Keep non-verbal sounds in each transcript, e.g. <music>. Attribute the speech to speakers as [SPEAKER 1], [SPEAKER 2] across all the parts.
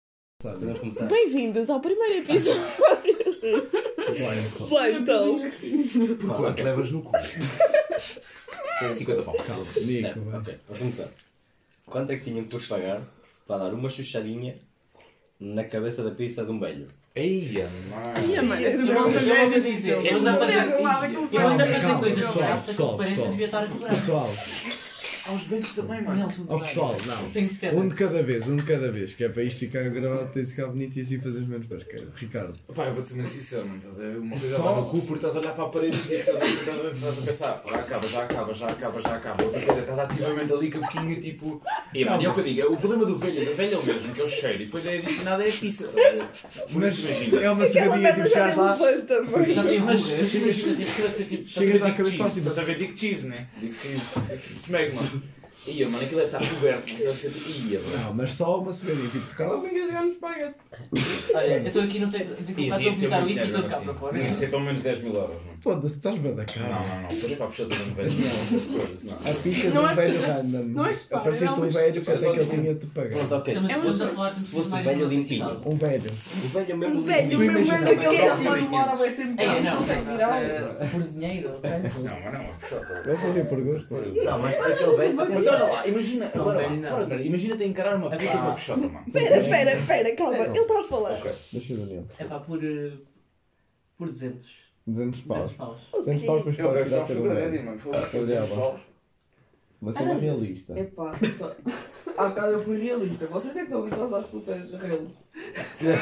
[SPEAKER 1] Sabe, Tá, Podemos começar.
[SPEAKER 2] Bem-vindos ao primeiro episódio
[SPEAKER 1] Blanco.
[SPEAKER 2] de Plankton.
[SPEAKER 1] Pá,
[SPEAKER 3] Por quanto
[SPEAKER 1] ok.
[SPEAKER 3] levas no cu? 50 pau.
[SPEAKER 1] Calma.
[SPEAKER 3] Nico,
[SPEAKER 1] É, ok, vamos começar. Quanto é que tinham que vos pagar para dar uma chuchadinha na cabeça da pizza de um velho?
[SPEAKER 3] Eia,
[SPEAKER 2] Ai, mano, é
[SPEAKER 4] Eu
[SPEAKER 2] verdade.
[SPEAKER 4] vou te dizer, eu não
[SPEAKER 5] fazer-
[SPEAKER 4] tenho nada que
[SPEAKER 5] Eu ando a
[SPEAKER 6] Calma,
[SPEAKER 5] fazer
[SPEAKER 6] calma,
[SPEAKER 5] coisas de
[SPEAKER 6] pessoal,
[SPEAKER 5] graça que
[SPEAKER 6] pessoal,
[SPEAKER 5] parece
[SPEAKER 6] pessoal.
[SPEAKER 5] devia estar a cobrar.
[SPEAKER 6] Pessoal,
[SPEAKER 4] Aos velhos também,
[SPEAKER 5] Não,
[SPEAKER 4] mano.
[SPEAKER 6] ó pessoal, não.
[SPEAKER 5] Tenho que
[SPEAKER 6] Um de cada vez, um de cada vez, que é para isto ficar gravado, tens de ficar bonito e assim fazer os menos basqueiros. Ricardo,
[SPEAKER 4] Pá, eu vou-te ser muito sincero, mano. Estás a ver uma coisa
[SPEAKER 6] Só?
[SPEAKER 4] lá no cu porque estás a olhar para a parede e estás a, estás a, estás a pensar, já acaba, já acaba, já acaba, já acaba. Outra coisa, é estás ativamente ali com a boquinha tipo. E mano, é o que eu digo, é o problema do velho, do velho é o mesmo, que é o cheiro, e depois é adicionado é a pizza. estás a ver? Por
[SPEAKER 6] mas
[SPEAKER 4] isso imagina.
[SPEAKER 6] é uma
[SPEAKER 2] Aquela
[SPEAKER 6] cegadinha que
[SPEAKER 2] merda
[SPEAKER 6] tu
[SPEAKER 2] já
[SPEAKER 6] chegas
[SPEAKER 2] me
[SPEAKER 6] lá,
[SPEAKER 2] levanta, mano.
[SPEAKER 5] Já tenho
[SPEAKER 4] Mas
[SPEAKER 5] rugas.
[SPEAKER 4] imagina, <laughs> tipo, que deve ter, tipo, estás a
[SPEAKER 6] Chegas
[SPEAKER 4] ver
[SPEAKER 6] à
[SPEAKER 4] Dick
[SPEAKER 6] cabeça
[SPEAKER 4] Cheese,
[SPEAKER 6] fácil.
[SPEAKER 4] Estás a ver Dick Cheese, né? Dick Cheese, <laughs> smeg, mano. Ia, mano, aquilo deve estar coberto, mano. Deve ser tipo. Ia, mano.
[SPEAKER 6] não, mas só uma cegadinha, tipo, tocar lá.
[SPEAKER 5] Olha, eu estou aqui, não sei, tenho que
[SPEAKER 4] Ia,
[SPEAKER 5] comprar,
[SPEAKER 4] tinha
[SPEAKER 5] estou
[SPEAKER 4] que ser
[SPEAKER 5] a vomitar o
[SPEAKER 4] muito
[SPEAKER 5] isso e estou de cá
[SPEAKER 4] dinheiro,
[SPEAKER 5] para
[SPEAKER 4] mano.
[SPEAKER 5] fora. Então,
[SPEAKER 4] Tinha que ser pelo menos 10 mil euros, mano.
[SPEAKER 6] Foda-se, estás bem da
[SPEAKER 4] Não,
[SPEAKER 6] cara.
[SPEAKER 4] não, não. Depois para a puxada do velho.
[SPEAKER 6] A picha de
[SPEAKER 7] Não
[SPEAKER 6] um
[SPEAKER 7] é-
[SPEAKER 6] velho random.
[SPEAKER 7] não é espalha,
[SPEAKER 6] Apareceu-te
[SPEAKER 7] não,
[SPEAKER 6] um
[SPEAKER 7] mas-
[SPEAKER 6] velho, quanto é que
[SPEAKER 4] Mas
[SPEAKER 6] ele
[SPEAKER 4] ótimo.
[SPEAKER 6] tinha de te pagar?
[SPEAKER 1] Pronto, ok.
[SPEAKER 5] Estamos
[SPEAKER 7] É
[SPEAKER 5] todos
[SPEAKER 7] os
[SPEAKER 5] a
[SPEAKER 7] dois.
[SPEAKER 5] falar de
[SPEAKER 1] Se fosse
[SPEAKER 5] mais
[SPEAKER 1] velho
[SPEAKER 5] uma
[SPEAKER 1] limpinho.
[SPEAKER 5] necessidade.
[SPEAKER 6] Um velho.
[SPEAKER 1] O velho mesmo.
[SPEAKER 2] Um velho mesmo que um quer.
[SPEAKER 4] Não,
[SPEAKER 5] Ei, É, não,
[SPEAKER 2] É, Não.
[SPEAKER 5] eh, por dinheiro. tanto.
[SPEAKER 4] mas não, é puxada.
[SPEAKER 6] Ele fazia por gosto.
[SPEAKER 1] Não, mas aquele velho.
[SPEAKER 4] Mas olha lá, imagina,
[SPEAKER 5] Não,
[SPEAKER 4] agora,
[SPEAKER 5] velho,
[SPEAKER 4] lá,
[SPEAKER 5] não.
[SPEAKER 4] fora, merda, imagina ter encarar uma puta uma puxada, mano.
[SPEAKER 2] Pera, pera, pera, calma, ele está a falar.
[SPEAKER 6] Um Deixa eu ver nele.
[SPEAKER 5] É pá, por. eh, por 200.
[SPEAKER 6] 200
[SPEAKER 5] 200
[SPEAKER 6] paus.
[SPEAKER 5] paus.
[SPEAKER 2] Oh,
[SPEAKER 6] 200 paus para
[SPEAKER 4] Eu
[SPEAKER 6] esperar
[SPEAKER 4] vejo
[SPEAKER 6] tirar
[SPEAKER 4] só
[SPEAKER 6] ter um velho.
[SPEAKER 4] mano.
[SPEAKER 6] Olhava. Uma cena realista.
[SPEAKER 7] Epá, então, <laughs> há bocado eu fui realista. Vocês é que estão habituados às putas reales.
[SPEAKER 6] Ok.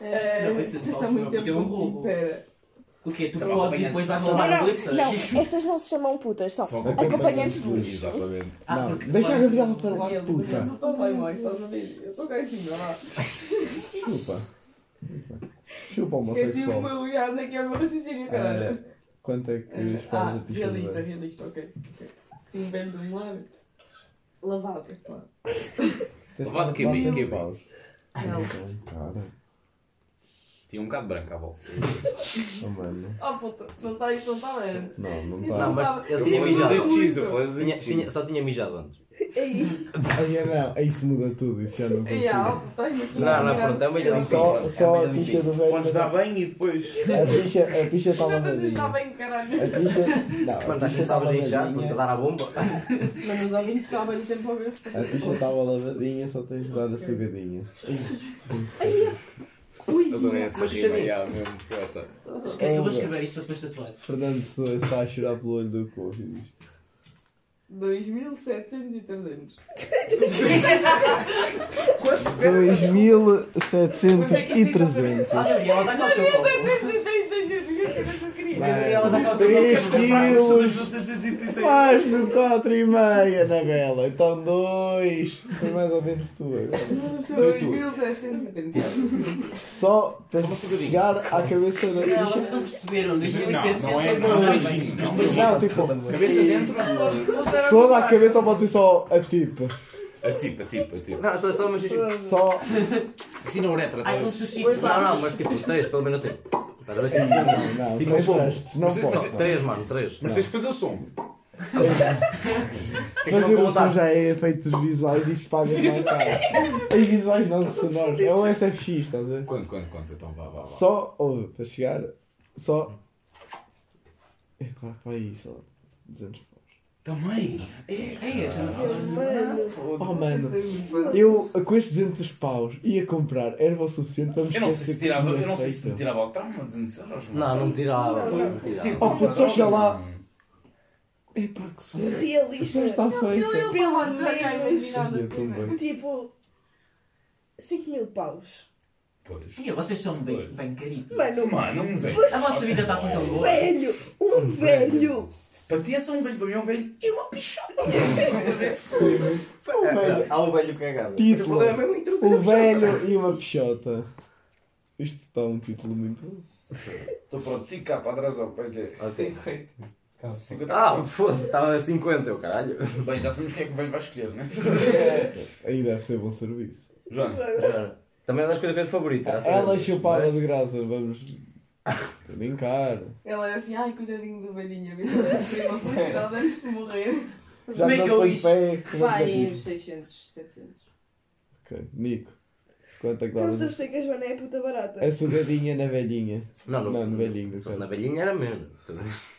[SPEAKER 7] É,
[SPEAKER 5] Não, mas isso
[SPEAKER 7] isso
[SPEAKER 5] é
[SPEAKER 7] há
[SPEAKER 5] um
[SPEAKER 7] muito tempo.
[SPEAKER 5] roubo.
[SPEAKER 7] tipo, Pera.
[SPEAKER 5] O quê? Tu
[SPEAKER 4] Isso é uma
[SPEAKER 5] podes e
[SPEAKER 4] apanhada.
[SPEAKER 5] depois vais
[SPEAKER 2] Não,
[SPEAKER 5] roubar a
[SPEAKER 2] não,
[SPEAKER 5] bolsa?
[SPEAKER 2] não, essas não se chamam putas, são acompanhantes de luxo.
[SPEAKER 4] Exatamente.
[SPEAKER 5] Ah,
[SPEAKER 6] Não,
[SPEAKER 5] porque
[SPEAKER 6] deixa a
[SPEAKER 5] vai-
[SPEAKER 6] Gabriela falar, puta.
[SPEAKER 7] Não estou bem, mãe, estás a ver? Eu estou cá em cima, lá.
[SPEAKER 6] Chupa. Chupa
[SPEAKER 7] Esqueci o
[SPEAKER 6] homossexual.
[SPEAKER 7] meu lugar, onde é que é o meu raciocínio, caralho.
[SPEAKER 6] Eh, Quanto é que
[SPEAKER 7] Ah,
[SPEAKER 6] esperas a picha é. do
[SPEAKER 7] realista,
[SPEAKER 6] velho?
[SPEAKER 7] realista, ok. ok. Sim, bem de um lado.
[SPEAKER 2] Lavado.
[SPEAKER 7] Epá.
[SPEAKER 4] Levado que é
[SPEAKER 6] Quatro
[SPEAKER 4] bicho, que é
[SPEAKER 6] paus.
[SPEAKER 7] Não.
[SPEAKER 6] Então, Cara,
[SPEAKER 4] Tinha um bocado branco à volta.
[SPEAKER 6] oh mano.
[SPEAKER 7] Oh puta, não está isso, não está bem.
[SPEAKER 6] Não, não
[SPEAKER 1] Não,
[SPEAKER 6] está.
[SPEAKER 1] mas
[SPEAKER 4] Eu
[SPEAKER 1] ele tinha
[SPEAKER 4] falei do
[SPEAKER 1] mijado.
[SPEAKER 4] Dick Cheese, eu falei do
[SPEAKER 1] Tinha-
[SPEAKER 4] Dick
[SPEAKER 1] tinha-
[SPEAKER 4] Cheese.
[SPEAKER 1] Só tinha mijado antes.
[SPEAKER 6] Ai, não, aí isso muda tudo, isso já não
[SPEAKER 7] E
[SPEAKER 6] consigo.
[SPEAKER 7] há, oh puta, está aqui.
[SPEAKER 1] Não, não, pronto, é melhor assim.
[SPEAKER 6] Só,
[SPEAKER 1] pronto,
[SPEAKER 6] só
[SPEAKER 1] é
[SPEAKER 6] a
[SPEAKER 1] melhor
[SPEAKER 6] picha
[SPEAKER 1] assim.
[SPEAKER 6] do velho.
[SPEAKER 4] Podes dar bem e depois.
[SPEAKER 6] A picha, a picha estava
[SPEAKER 7] Está
[SPEAKER 6] madrinha.
[SPEAKER 7] Tá bem, caralho.
[SPEAKER 6] A picha. Não,
[SPEAKER 1] Quando
[SPEAKER 4] tá
[SPEAKER 6] a
[SPEAKER 1] estás
[SPEAKER 6] picha
[SPEAKER 1] com
[SPEAKER 6] estava
[SPEAKER 1] sabes a inchar, para te
[SPEAKER 6] lavadinha.
[SPEAKER 1] dar a bomba.
[SPEAKER 7] Mas os ouvintes estão há bem tempo a ver.
[SPEAKER 6] A picha estava lavadinha, só tens de dar a cegadinha.
[SPEAKER 4] Adorei essa
[SPEAKER 1] Mas
[SPEAKER 4] rima,
[SPEAKER 1] cheirinho.
[SPEAKER 4] já, mesmo poeta.
[SPEAKER 5] Eu vou escrever isto depois de tatuar.
[SPEAKER 6] Fernando Pessoa está a chorar pelo olho do cu. ouvindo isto.
[SPEAKER 7] 2700 e 300.
[SPEAKER 6] 2700
[SPEAKER 5] Ah, Gabriela, dá cá o teu copo. Gabriela, dá cá o teu copo.
[SPEAKER 6] 3 quilos mais de 4 e meia na vela, então 2 foi mais ou menos tua. Só para
[SPEAKER 4] um
[SPEAKER 6] chegar à cabeça da
[SPEAKER 5] Não, vocês
[SPEAKER 6] ficha.
[SPEAKER 5] não perceberam.
[SPEAKER 4] Não,
[SPEAKER 5] 2700
[SPEAKER 4] não é,
[SPEAKER 5] é
[SPEAKER 4] não é
[SPEAKER 5] bom.
[SPEAKER 4] beijinho, não.
[SPEAKER 6] Não, tipo,
[SPEAKER 4] Cabeça dentro?
[SPEAKER 6] toda a cabeça pode ser só a tipa.
[SPEAKER 4] A tipo, a tipo, a tipo.
[SPEAKER 1] Não, só- só mas. Não,
[SPEAKER 6] Só.
[SPEAKER 4] Que se não uretra,
[SPEAKER 5] Ai, um
[SPEAKER 4] também.
[SPEAKER 5] sushi.
[SPEAKER 1] não, mas tipo, três, pelo menos assim. Estás a ver?
[SPEAKER 6] Não, não,
[SPEAKER 1] Tipo,
[SPEAKER 6] seis
[SPEAKER 1] bom.
[SPEAKER 6] prestes, não
[SPEAKER 4] Mas é
[SPEAKER 6] posso.
[SPEAKER 4] fazer-
[SPEAKER 1] Três, mano, três.
[SPEAKER 4] Mas tens que fazer o som.
[SPEAKER 6] Fazer o som já é efeitos visuais e se paga mais caro. Em visuais não sonoros, é um SFX, estás a ver?
[SPEAKER 4] Quanto, quanto, quanto? Então vá, vá, vá.
[SPEAKER 6] Só, ouve, para chegar, só. É claro, vai aí, sei lá. 200 paus.
[SPEAKER 4] Também! É.
[SPEAKER 5] Ei, eu já não falo.
[SPEAKER 6] Oh, mano, eu com estes 200 paus ia comprar, era o suficiente para me
[SPEAKER 4] Eu não sei
[SPEAKER 6] esquecer
[SPEAKER 4] se
[SPEAKER 6] que
[SPEAKER 4] tirava,
[SPEAKER 6] tinha
[SPEAKER 4] eu não sei
[SPEAKER 6] feito.
[SPEAKER 4] se me tirava o trauma de 200 euros, mano. Tipo,
[SPEAKER 1] Não, não me tirava. Não tirava.
[SPEAKER 6] Oh, puto, só chega lá.
[SPEAKER 4] Hum.
[SPEAKER 6] Epá, que sonho. Já
[SPEAKER 2] Realista.
[SPEAKER 6] está feito. Eu também.
[SPEAKER 2] Tipo, 5 mil paus.
[SPEAKER 4] Pois.
[SPEAKER 5] Ei, é? vocês são bem, bem caritos.
[SPEAKER 2] Mano,
[SPEAKER 4] Mano, um velho.
[SPEAKER 5] A vossa vida está assim tão
[SPEAKER 2] um
[SPEAKER 5] boa.
[SPEAKER 2] velho, um velho.
[SPEAKER 4] Para ti é só um velho, para mim é um velho.
[SPEAKER 6] O velho,
[SPEAKER 1] Há um velho cagado.
[SPEAKER 6] Título.
[SPEAKER 1] Mas O problema é muito
[SPEAKER 6] o Um velho e uma pichota. Isto está um título muito bom.
[SPEAKER 4] Estou pronto, 5k para atrasar, para quê?
[SPEAKER 1] Ah, Ok.
[SPEAKER 4] 50
[SPEAKER 1] Ah, foda-se, estava a 50, eu caralho.
[SPEAKER 4] Bem, já sabemos quem é que o velho vai escolher, né?
[SPEAKER 5] É.
[SPEAKER 6] Aí deve ser bom serviço.
[SPEAKER 4] João,
[SPEAKER 1] Também é das coisas que eu favorito. era assim.
[SPEAKER 6] Ela chupava de graça, vamos brincar.
[SPEAKER 7] Ela era assim, ai, cuidadinho do velhinho, a ver se ela tem uma felicidade antes de morrer.
[SPEAKER 6] Já
[SPEAKER 5] Como é que
[SPEAKER 6] trouxe
[SPEAKER 5] eu
[SPEAKER 6] pão de pé, como é que
[SPEAKER 7] Vai,
[SPEAKER 6] é que-
[SPEAKER 7] 600, 700.
[SPEAKER 6] Ok. Nico, quanto é que
[SPEAKER 2] Como
[SPEAKER 6] davas?
[SPEAKER 2] vocês sei que a Joana é a puta barata.
[SPEAKER 6] A sugadinha na velhinha.
[SPEAKER 1] Não, não.
[SPEAKER 6] Não, no velhinho.
[SPEAKER 1] Se fosse na velhinha era menos.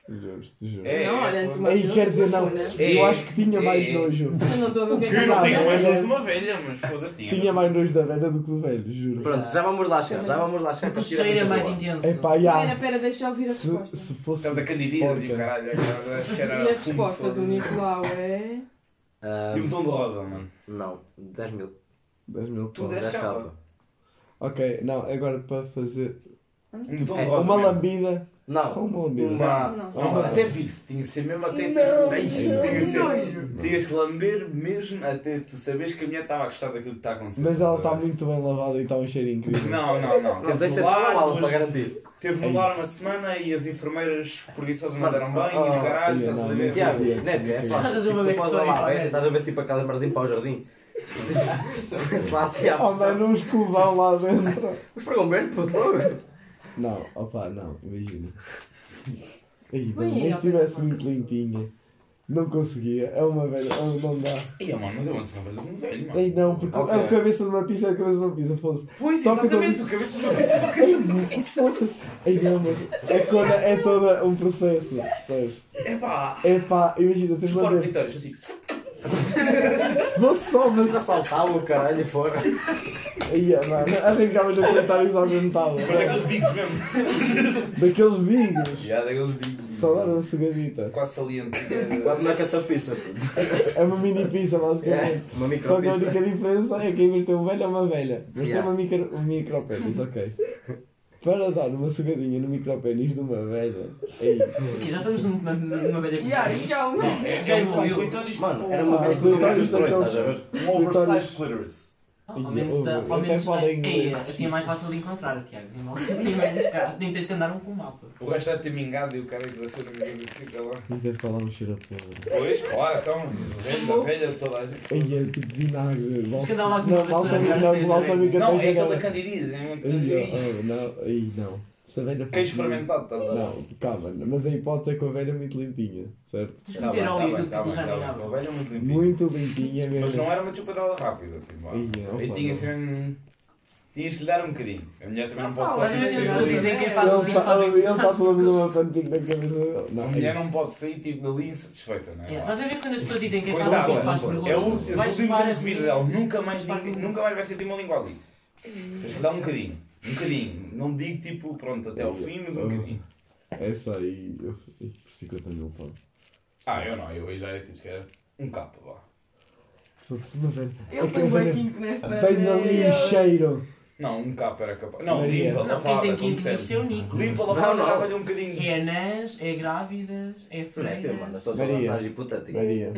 [SPEAKER 6] Justo, justo.
[SPEAKER 4] É,
[SPEAKER 7] Não, olha, antes de mais
[SPEAKER 6] Ei,
[SPEAKER 7] nojo,
[SPEAKER 6] quer dizer, não.
[SPEAKER 7] né?
[SPEAKER 6] Eu acho que tinha mais nojo.
[SPEAKER 7] Eu não estou a ver o que é
[SPEAKER 4] Que
[SPEAKER 7] que
[SPEAKER 4] não
[SPEAKER 6] Nada,
[SPEAKER 4] tinha mais
[SPEAKER 6] era-
[SPEAKER 4] nojo de uma velha, mas foda-se, tinha.
[SPEAKER 6] Tinha mais nojo da velha do que do velho, juro.
[SPEAKER 1] Pronto, já vamos lá chegar, já vamos lá chegar.
[SPEAKER 5] O cheiro é mais intenso.
[SPEAKER 6] Epá,
[SPEAKER 7] Pera,
[SPEAKER 6] já.
[SPEAKER 7] pera, deixa eu ouvir a
[SPEAKER 6] Se,
[SPEAKER 7] resposta.
[SPEAKER 6] se fosse.
[SPEAKER 4] Aquela da Candidias e
[SPEAKER 6] porca.
[SPEAKER 4] o caralho, aquela que
[SPEAKER 7] E
[SPEAKER 4] era
[SPEAKER 7] a
[SPEAKER 4] fumo,
[SPEAKER 7] resposta do
[SPEAKER 4] foda-se.
[SPEAKER 7] Nicolau é.
[SPEAKER 1] Ah,
[SPEAKER 4] E um tom de rosa, mano.
[SPEAKER 1] não, 10 mil.
[SPEAKER 6] 10 mil
[SPEAKER 7] Tu
[SPEAKER 6] pau.
[SPEAKER 7] dez
[SPEAKER 1] 10
[SPEAKER 7] capa.
[SPEAKER 1] capa.
[SPEAKER 6] Ok, não, agora para fazer.
[SPEAKER 4] Um tom de
[SPEAKER 1] É,
[SPEAKER 4] rosa.
[SPEAKER 6] Uma
[SPEAKER 4] mano.
[SPEAKER 6] lambida. Só
[SPEAKER 1] Não,
[SPEAKER 6] uma lambida.
[SPEAKER 4] Uma.
[SPEAKER 7] Não.
[SPEAKER 4] Não, até visse, tinha que ser mesmo até.
[SPEAKER 2] Não,
[SPEAKER 4] Ai,
[SPEAKER 2] não.
[SPEAKER 4] tinha que ser.
[SPEAKER 7] Nojo.
[SPEAKER 4] Tinhas que lamber mesmo até tu saberes que a mulher estava a gostar daquilo que está a acontecer.
[SPEAKER 6] Mas ela tá está
[SPEAKER 4] estás a ver?
[SPEAKER 6] muito bem lavada e está um cheiro incrível.
[SPEAKER 4] é. Não, não, não.
[SPEAKER 1] não
[SPEAKER 4] Teve
[SPEAKER 1] deixa de
[SPEAKER 4] no
[SPEAKER 1] falar
[SPEAKER 4] lar,
[SPEAKER 1] para
[SPEAKER 4] mas
[SPEAKER 1] garantir.
[SPEAKER 4] teve no lar uma semana e as enfermeiras preguiçosas mandaram
[SPEAKER 1] Mano,
[SPEAKER 4] bem e os caralho,
[SPEAKER 6] ah,
[SPEAKER 4] estás a
[SPEAKER 6] não,
[SPEAKER 4] ver?
[SPEAKER 6] não.
[SPEAKER 1] Tiago,
[SPEAKER 6] fazia.
[SPEAKER 1] né, é
[SPEAKER 5] Estás a
[SPEAKER 1] fácil.
[SPEAKER 5] ver
[SPEAKER 1] Tipo, Tu
[SPEAKER 5] uma
[SPEAKER 1] podes
[SPEAKER 5] backstory
[SPEAKER 1] lavar a
[SPEAKER 5] também.
[SPEAKER 1] velha, estás a ver tipo aquela jardim para o <laughs> jardim. Espaço e a
[SPEAKER 6] Oh, mano, um escovão lá dentro.
[SPEAKER 4] <laughs>
[SPEAKER 1] Os fragam bem, puto, logo.
[SPEAKER 6] Não, opa, não,
[SPEAKER 4] <laughs>
[SPEAKER 6] imagina. Aí,
[SPEAKER 7] Põe
[SPEAKER 6] mano,
[SPEAKER 7] aí,
[SPEAKER 6] nem se
[SPEAKER 7] ó,
[SPEAKER 6] estivesse
[SPEAKER 7] põe
[SPEAKER 6] muito limpinha. Não conseguia, é uma velha, é um- não dá.
[SPEAKER 4] Ia, mano, mas eu antes me de um velho, mano.
[SPEAKER 6] Ei, não, porque
[SPEAKER 1] Ok.
[SPEAKER 6] é o cabeça de uma pizza, é o cabeça de uma pizza, foda-se.
[SPEAKER 4] Pois,
[SPEAKER 6] Só que eu tô-
[SPEAKER 4] exatamente, o cabeça de uma
[SPEAKER 6] <laughs>
[SPEAKER 4] pessoa.
[SPEAKER 6] Ei, foda-se. Ei, não, mas é, toda, é toda um processo, sabes?
[SPEAKER 4] É pá,
[SPEAKER 6] É pá, imagina, tens de
[SPEAKER 4] explora
[SPEAKER 6] fazer.
[SPEAKER 4] vitórias, assim.
[SPEAKER 6] Se fosse só, mas.
[SPEAKER 1] Assaltava o caralho fora.
[SPEAKER 6] Aí, mano, arrancavas a comentários ao mesmo tal,
[SPEAKER 4] Mas é aqueles bicos mesmo.
[SPEAKER 6] Daqueles bingos.
[SPEAKER 4] <laughs> Já, daqueles bicos.
[SPEAKER 6] Só dar uma sugadita.
[SPEAKER 4] Quase saliente.
[SPEAKER 1] Quase na catapiça, puto.
[SPEAKER 6] É uma mini pizza, basicamente.
[SPEAKER 1] É, uma
[SPEAKER 6] Só que a
[SPEAKER 1] micropizza.
[SPEAKER 6] única diferença é que em vez de ter um velho é uma velha. Mas
[SPEAKER 1] Yeah.
[SPEAKER 6] tem uma micro, um micropénis, ok. Para dar uma sugadinha no micropénis de uma velha. Ei,
[SPEAKER 5] Aqui, já estamos numa, numa velha
[SPEAKER 7] E aí,
[SPEAKER 5] com
[SPEAKER 7] já uma.
[SPEAKER 4] É,
[SPEAKER 5] Já evoluiu.
[SPEAKER 1] Mano, era uma
[SPEAKER 6] Ah,
[SPEAKER 1] velha que não
[SPEAKER 6] coitados
[SPEAKER 1] era estranha,
[SPEAKER 6] daqueles-
[SPEAKER 1] estás a ver?
[SPEAKER 4] Um oversized clitoris.
[SPEAKER 5] Ao menos,
[SPEAKER 6] Ia,
[SPEAKER 5] da,
[SPEAKER 6] eu
[SPEAKER 5] ao menos
[SPEAKER 6] até falo
[SPEAKER 5] é,
[SPEAKER 6] inglês.
[SPEAKER 5] é, assim é mais fácil de encontrar, Tiago. Nem mal- Nem vais buscar. Nem tens de andar um com o mapa.
[SPEAKER 4] O gajo deve ter mingado e o cara é que vai ser amigo do fica lá.
[SPEAKER 6] não deve falar um cheiro a porra.
[SPEAKER 4] Pois, claro, então, velha, velha, toda a gente.
[SPEAKER 6] Ei, é tipo vinagre.
[SPEAKER 5] Mas
[SPEAKER 6] balsa-
[SPEAKER 5] cada um lá com
[SPEAKER 6] Não,
[SPEAKER 5] uma
[SPEAKER 6] balsa
[SPEAKER 5] mistura,
[SPEAKER 6] não,
[SPEAKER 5] mas
[SPEAKER 6] balsa
[SPEAKER 5] tens
[SPEAKER 6] amiga tem
[SPEAKER 4] Não, é aquela
[SPEAKER 6] janela.
[SPEAKER 4] candidiz, é muito.
[SPEAKER 6] Ei, oh, não, ei, não. Se a velha...
[SPEAKER 4] Queijo fermentado, estás a ver?
[SPEAKER 6] Não, calma, mas a hipótese é que a velha é muito limpinha, certo?
[SPEAKER 5] Tens que
[SPEAKER 4] Tá
[SPEAKER 5] meter
[SPEAKER 4] bem,
[SPEAKER 5] ao
[SPEAKER 4] tá bem,
[SPEAKER 5] YouTube
[SPEAKER 4] tá
[SPEAKER 5] que tu
[SPEAKER 4] bem,
[SPEAKER 5] já
[SPEAKER 4] tá bem.
[SPEAKER 5] ganhava.
[SPEAKER 4] O velho é muito limpinho.
[SPEAKER 6] Muito limpinha mesmo.
[SPEAKER 4] Mas não era uma chupadela rápida, tipo, lá.
[SPEAKER 6] Ih, não,
[SPEAKER 4] E
[SPEAKER 6] pá,
[SPEAKER 4] tinha
[SPEAKER 6] não.
[SPEAKER 4] assim. Tinhas que lhe dar um bocadinho. A mulher também não pode
[SPEAKER 7] pá,
[SPEAKER 4] só
[SPEAKER 5] Ah, Mas às
[SPEAKER 7] Sim,
[SPEAKER 5] vezes as
[SPEAKER 7] sim,
[SPEAKER 4] Tá
[SPEAKER 5] pessoas
[SPEAKER 7] sim.
[SPEAKER 5] dizem que quem faz o
[SPEAKER 6] Ele
[SPEAKER 5] vídeo
[SPEAKER 6] está
[SPEAKER 5] faz o vídeo.
[SPEAKER 6] tá falando de uma fanfic na cabeça dele.
[SPEAKER 4] A
[SPEAKER 6] Não, é
[SPEAKER 4] mulher
[SPEAKER 6] ei.
[SPEAKER 4] não pode sair tipo dali insatisfeita, não é?
[SPEAKER 5] É,
[SPEAKER 4] Lá.
[SPEAKER 5] Estás a ver quando as pessoas dizem que é quem faz o
[SPEAKER 4] Coitada,
[SPEAKER 5] vídeo faz
[SPEAKER 1] não,
[SPEAKER 5] por
[SPEAKER 1] não.
[SPEAKER 5] gosto?
[SPEAKER 4] é o último, os
[SPEAKER 5] Vais
[SPEAKER 4] últimos
[SPEAKER 5] parar
[SPEAKER 4] anos
[SPEAKER 5] a
[SPEAKER 4] de vida
[SPEAKER 5] vida.
[SPEAKER 4] dela. Nunca mais,
[SPEAKER 5] Para
[SPEAKER 4] ninguém-
[SPEAKER 5] com-
[SPEAKER 4] nunca mais vai ser de uma língua ali. Tens que dar um bocadinho. Um bocadinho. Não digo tipo, pronto, até ao fim, mas um bocadinho.
[SPEAKER 6] É só aí. Eu, eu, por 50 mil pau.
[SPEAKER 4] Ah, eu não, eu aí já é tipo, se calhar, um capa, vá.
[SPEAKER 6] Foda-se, uma velha. É
[SPEAKER 7] Ele
[SPEAKER 6] que
[SPEAKER 7] tem
[SPEAKER 6] a
[SPEAKER 7] um
[SPEAKER 6] velha.
[SPEAKER 7] banquinho que nesta.
[SPEAKER 6] Vem ali um cheiro.
[SPEAKER 4] Não, um capa era capaz. Não,
[SPEAKER 6] Maria.
[SPEAKER 4] limpa,
[SPEAKER 5] Não, quem
[SPEAKER 4] lavada,
[SPEAKER 5] tem
[SPEAKER 4] como
[SPEAKER 5] quinto deste é o
[SPEAKER 4] disseste.
[SPEAKER 5] Nico.
[SPEAKER 4] Limpa,
[SPEAKER 1] Não,
[SPEAKER 4] lavada,
[SPEAKER 1] não.
[SPEAKER 4] dava-lhe um bocadinho.
[SPEAKER 5] É anãs, é grávidas, é
[SPEAKER 1] Não é, mano,
[SPEAKER 5] freiras.
[SPEAKER 1] eu sou toda
[SPEAKER 6] Maria.
[SPEAKER 1] a hipotética.
[SPEAKER 6] Maria.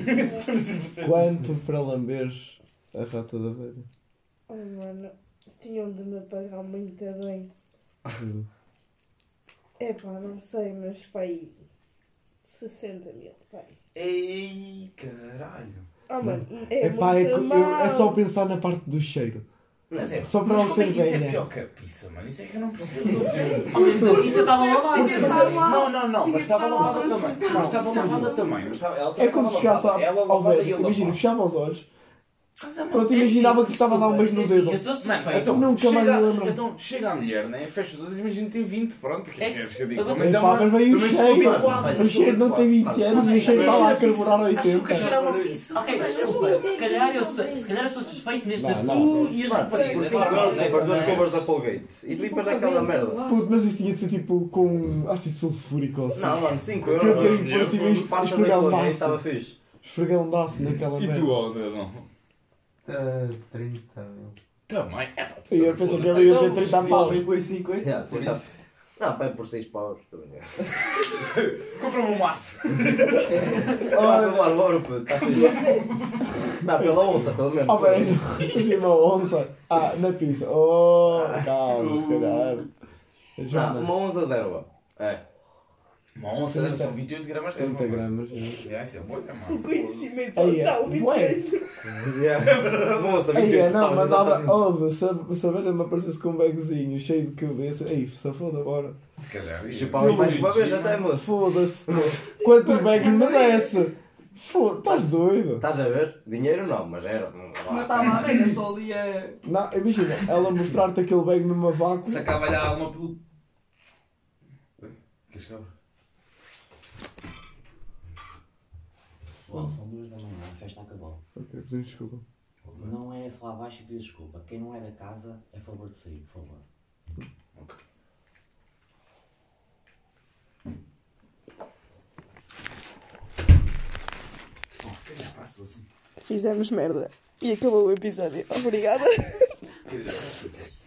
[SPEAKER 6] Quanto <laughs> para lamberes a rata da velha?
[SPEAKER 2] Oh, mano, tinham de me pagar muito bem.
[SPEAKER 6] Juro.
[SPEAKER 2] É pá, não sei, mas pai. 60 mil, pai.
[SPEAKER 4] Ei, caralho.
[SPEAKER 2] Oh, mano, é,
[SPEAKER 6] Epá, é,
[SPEAKER 2] muito
[SPEAKER 6] que eu,
[SPEAKER 2] mau.
[SPEAKER 6] é só pensar na parte do cheiro.
[SPEAKER 4] Mas é,
[SPEAKER 6] Só para
[SPEAKER 4] mas
[SPEAKER 6] ela
[SPEAKER 4] como é
[SPEAKER 6] ser
[SPEAKER 4] que isso é
[SPEAKER 6] velha.
[SPEAKER 4] pior que a pizza, mano? Isso é que eu não percebo.
[SPEAKER 5] Ao menos a pizza estava
[SPEAKER 4] Mas
[SPEAKER 5] lavada.
[SPEAKER 4] é- Não, não, não, mas estava lavada também. Mas estava lavada também. mas estava- ela
[SPEAKER 6] É
[SPEAKER 4] também
[SPEAKER 6] como
[SPEAKER 4] estava
[SPEAKER 6] se chegasse
[SPEAKER 4] lavada. Ela
[SPEAKER 6] ao
[SPEAKER 4] lavada e
[SPEAKER 6] velho.
[SPEAKER 4] ele
[SPEAKER 6] Imagina,
[SPEAKER 4] lavada.
[SPEAKER 6] fechava os olhos.
[SPEAKER 4] Mas é uma
[SPEAKER 6] Pronto, imaginava que estava a dar um beijo no
[SPEAKER 5] Desculpa,
[SPEAKER 6] dedo.
[SPEAKER 5] Eu sou
[SPEAKER 4] Mano,
[SPEAKER 5] suspeito.
[SPEAKER 4] então,
[SPEAKER 6] Nunca mais
[SPEAKER 4] chega,
[SPEAKER 6] me lembro.
[SPEAKER 4] então chega a mulher, né? fecha os olhos e imagina que tem 20, pronto, o que é que
[SPEAKER 5] Esse-
[SPEAKER 4] queres que eu diga?
[SPEAKER 5] eu vou-
[SPEAKER 4] Mas é
[SPEAKER 6] Epá,
[SPEAKER 4] uma-
[SPEAKER 6] mas veio o
[SPEAKER 4] mas estou
[SPEAKER 6] cheiro.
[SPEAKER 4] habituado,
[SPEAKER 6] O
[SPEAKER 4] estou
[SPEAKER 6] cheiro não tem
[SPEAKER 4] habituado.
[SPEAKER 6] 20 anos e o cheiro está lá a carburar a
[SPEAKER 4] Acho que
[SPEAKER 6] 80.
[SPEAKER 4] cheirava a pizza.
[SPEAKER 5] Ok, mas desculpa, se calhar eu sei- se calhar eu sou suspeito neste
[SPEAKER 6] Não, não.
[SPEAKER 5] assunto e as
[SPEAKER 1] Por
[SPEAKER 5] raparigas.
[SPEAKER 1] 5 graus, né? Por duas
[SPEAKER 5] Mas-
[SPEAKER 1] covers da Colgate. E limpas aquela merda.
[SPEAKER 6] Puto, mas isso tinha de ser tipo com ácido sulfúrico ou assim.
[SPEAKER 1] Não, mano, 5
[SPEAKER 6] Que eu
[SPEAKER 1] euros.
[SPEAKER 6] tenho por cima
[SPEAKER 1] Quando partes da
[SPEAKER 6] esfregado
[SPEAKER 1] Colgate estava
[SPEAKER 6] laço.
[SPEAKER 1] fixe.
[SPEAKER 6] Esfregado laço naquela
[SPEAKER 4] E tu, oh, Deus, não.
[SPEAKER 3] 30 mil.
[SPEAKER 4] Também, é pá, tu
[SPEAKER 6] E eu
[SPEAKER 4] também
[SPEAKER 6] pensei que
[SPEAKER 4] foda-se.
[SPEAKER 6] ele ia ter 30 pau.
[SPEAKER 3] Então, foi 50.
[SPEAKER 1] É, Yeah, por isso. Não, vai por 6 paus. tô brincando.
[SPEAKER 4] Compra-me um maço.
[SPEAKER 1] Passa a levar bora, puto. Está <laughs> assim. Não, pela onça, pelo menos.
[SPEAKER 6] Oh, velho, tinha uma onça. Ah, na pizza. Oh, calma, se calhar.
[SPEAKER 1] Ah, uh. Não,
[SPEAKER 6] Joana,
[SPEAKER 1] uma onça de erva. É.
[SPEAKER 4] Uma onça, né? deve ser 28 gramas. de erva,
[SPEAKER 6] 30
[SPEAKER 4] mano.
[SPEAKER 6] gramas.
[SPEAKER 4] É, isso é bolha,
[SPEAKER 2] O
[SPEAKER 4] mano.
[SPEAKER 2] conhecimento
[SPEAKER 6] Aí é.
[SPEAKER 2] total,
[SPEAKER 6] Ué.
[SPEAKER 2] 28.
[SPEAKER 1] Uma onça,
[SPEAKER 6] Ei, é,
[SPEAKER 1] 28,
[SPEAKER 6] não,
[SPEAKER 1] talvez
[SPEAKER 6] mandava.
[SPEAKER 1] exatamente.
[SPEAKER 6] Ouve, se a- se a velha me aparecesse com um bagzinho cheio de cabeça. Ei, se foda, bora.
[SPEAKER 4] Caralho.
[SPEAKER 1] Tipo, Chupava mais uma vez até, moço.
[SPEAKER 6] Foda-se. Quantos bags me desse? Foda, estás doido?
[SPEAKER 1] Estás a ver? Dinheiro não, mas era. Não
[SPEAKER 7] Não estava a ver, eu só ali a.
[SPEAKER 6] Não, imagina, ela mostrar-te aquele bag numa vaca.
[SPEAKER 4] Sacava-lhe a alma pelo. Queres cabra?
[SPEAKER 8] Pessoal, são duas da manhã, a festa acabou.
[SPEAKER 6] Ok, pedimos desculpa.
[SPEAKER 8] Não é falar baixo e pedir desculpa. Quem não é da casa, é favor de sair, por favor.
[SPEAKER 2] Fizemos merda. E acabou o episódio. Obrigada.
[SPEAKER 4] Quer dizer,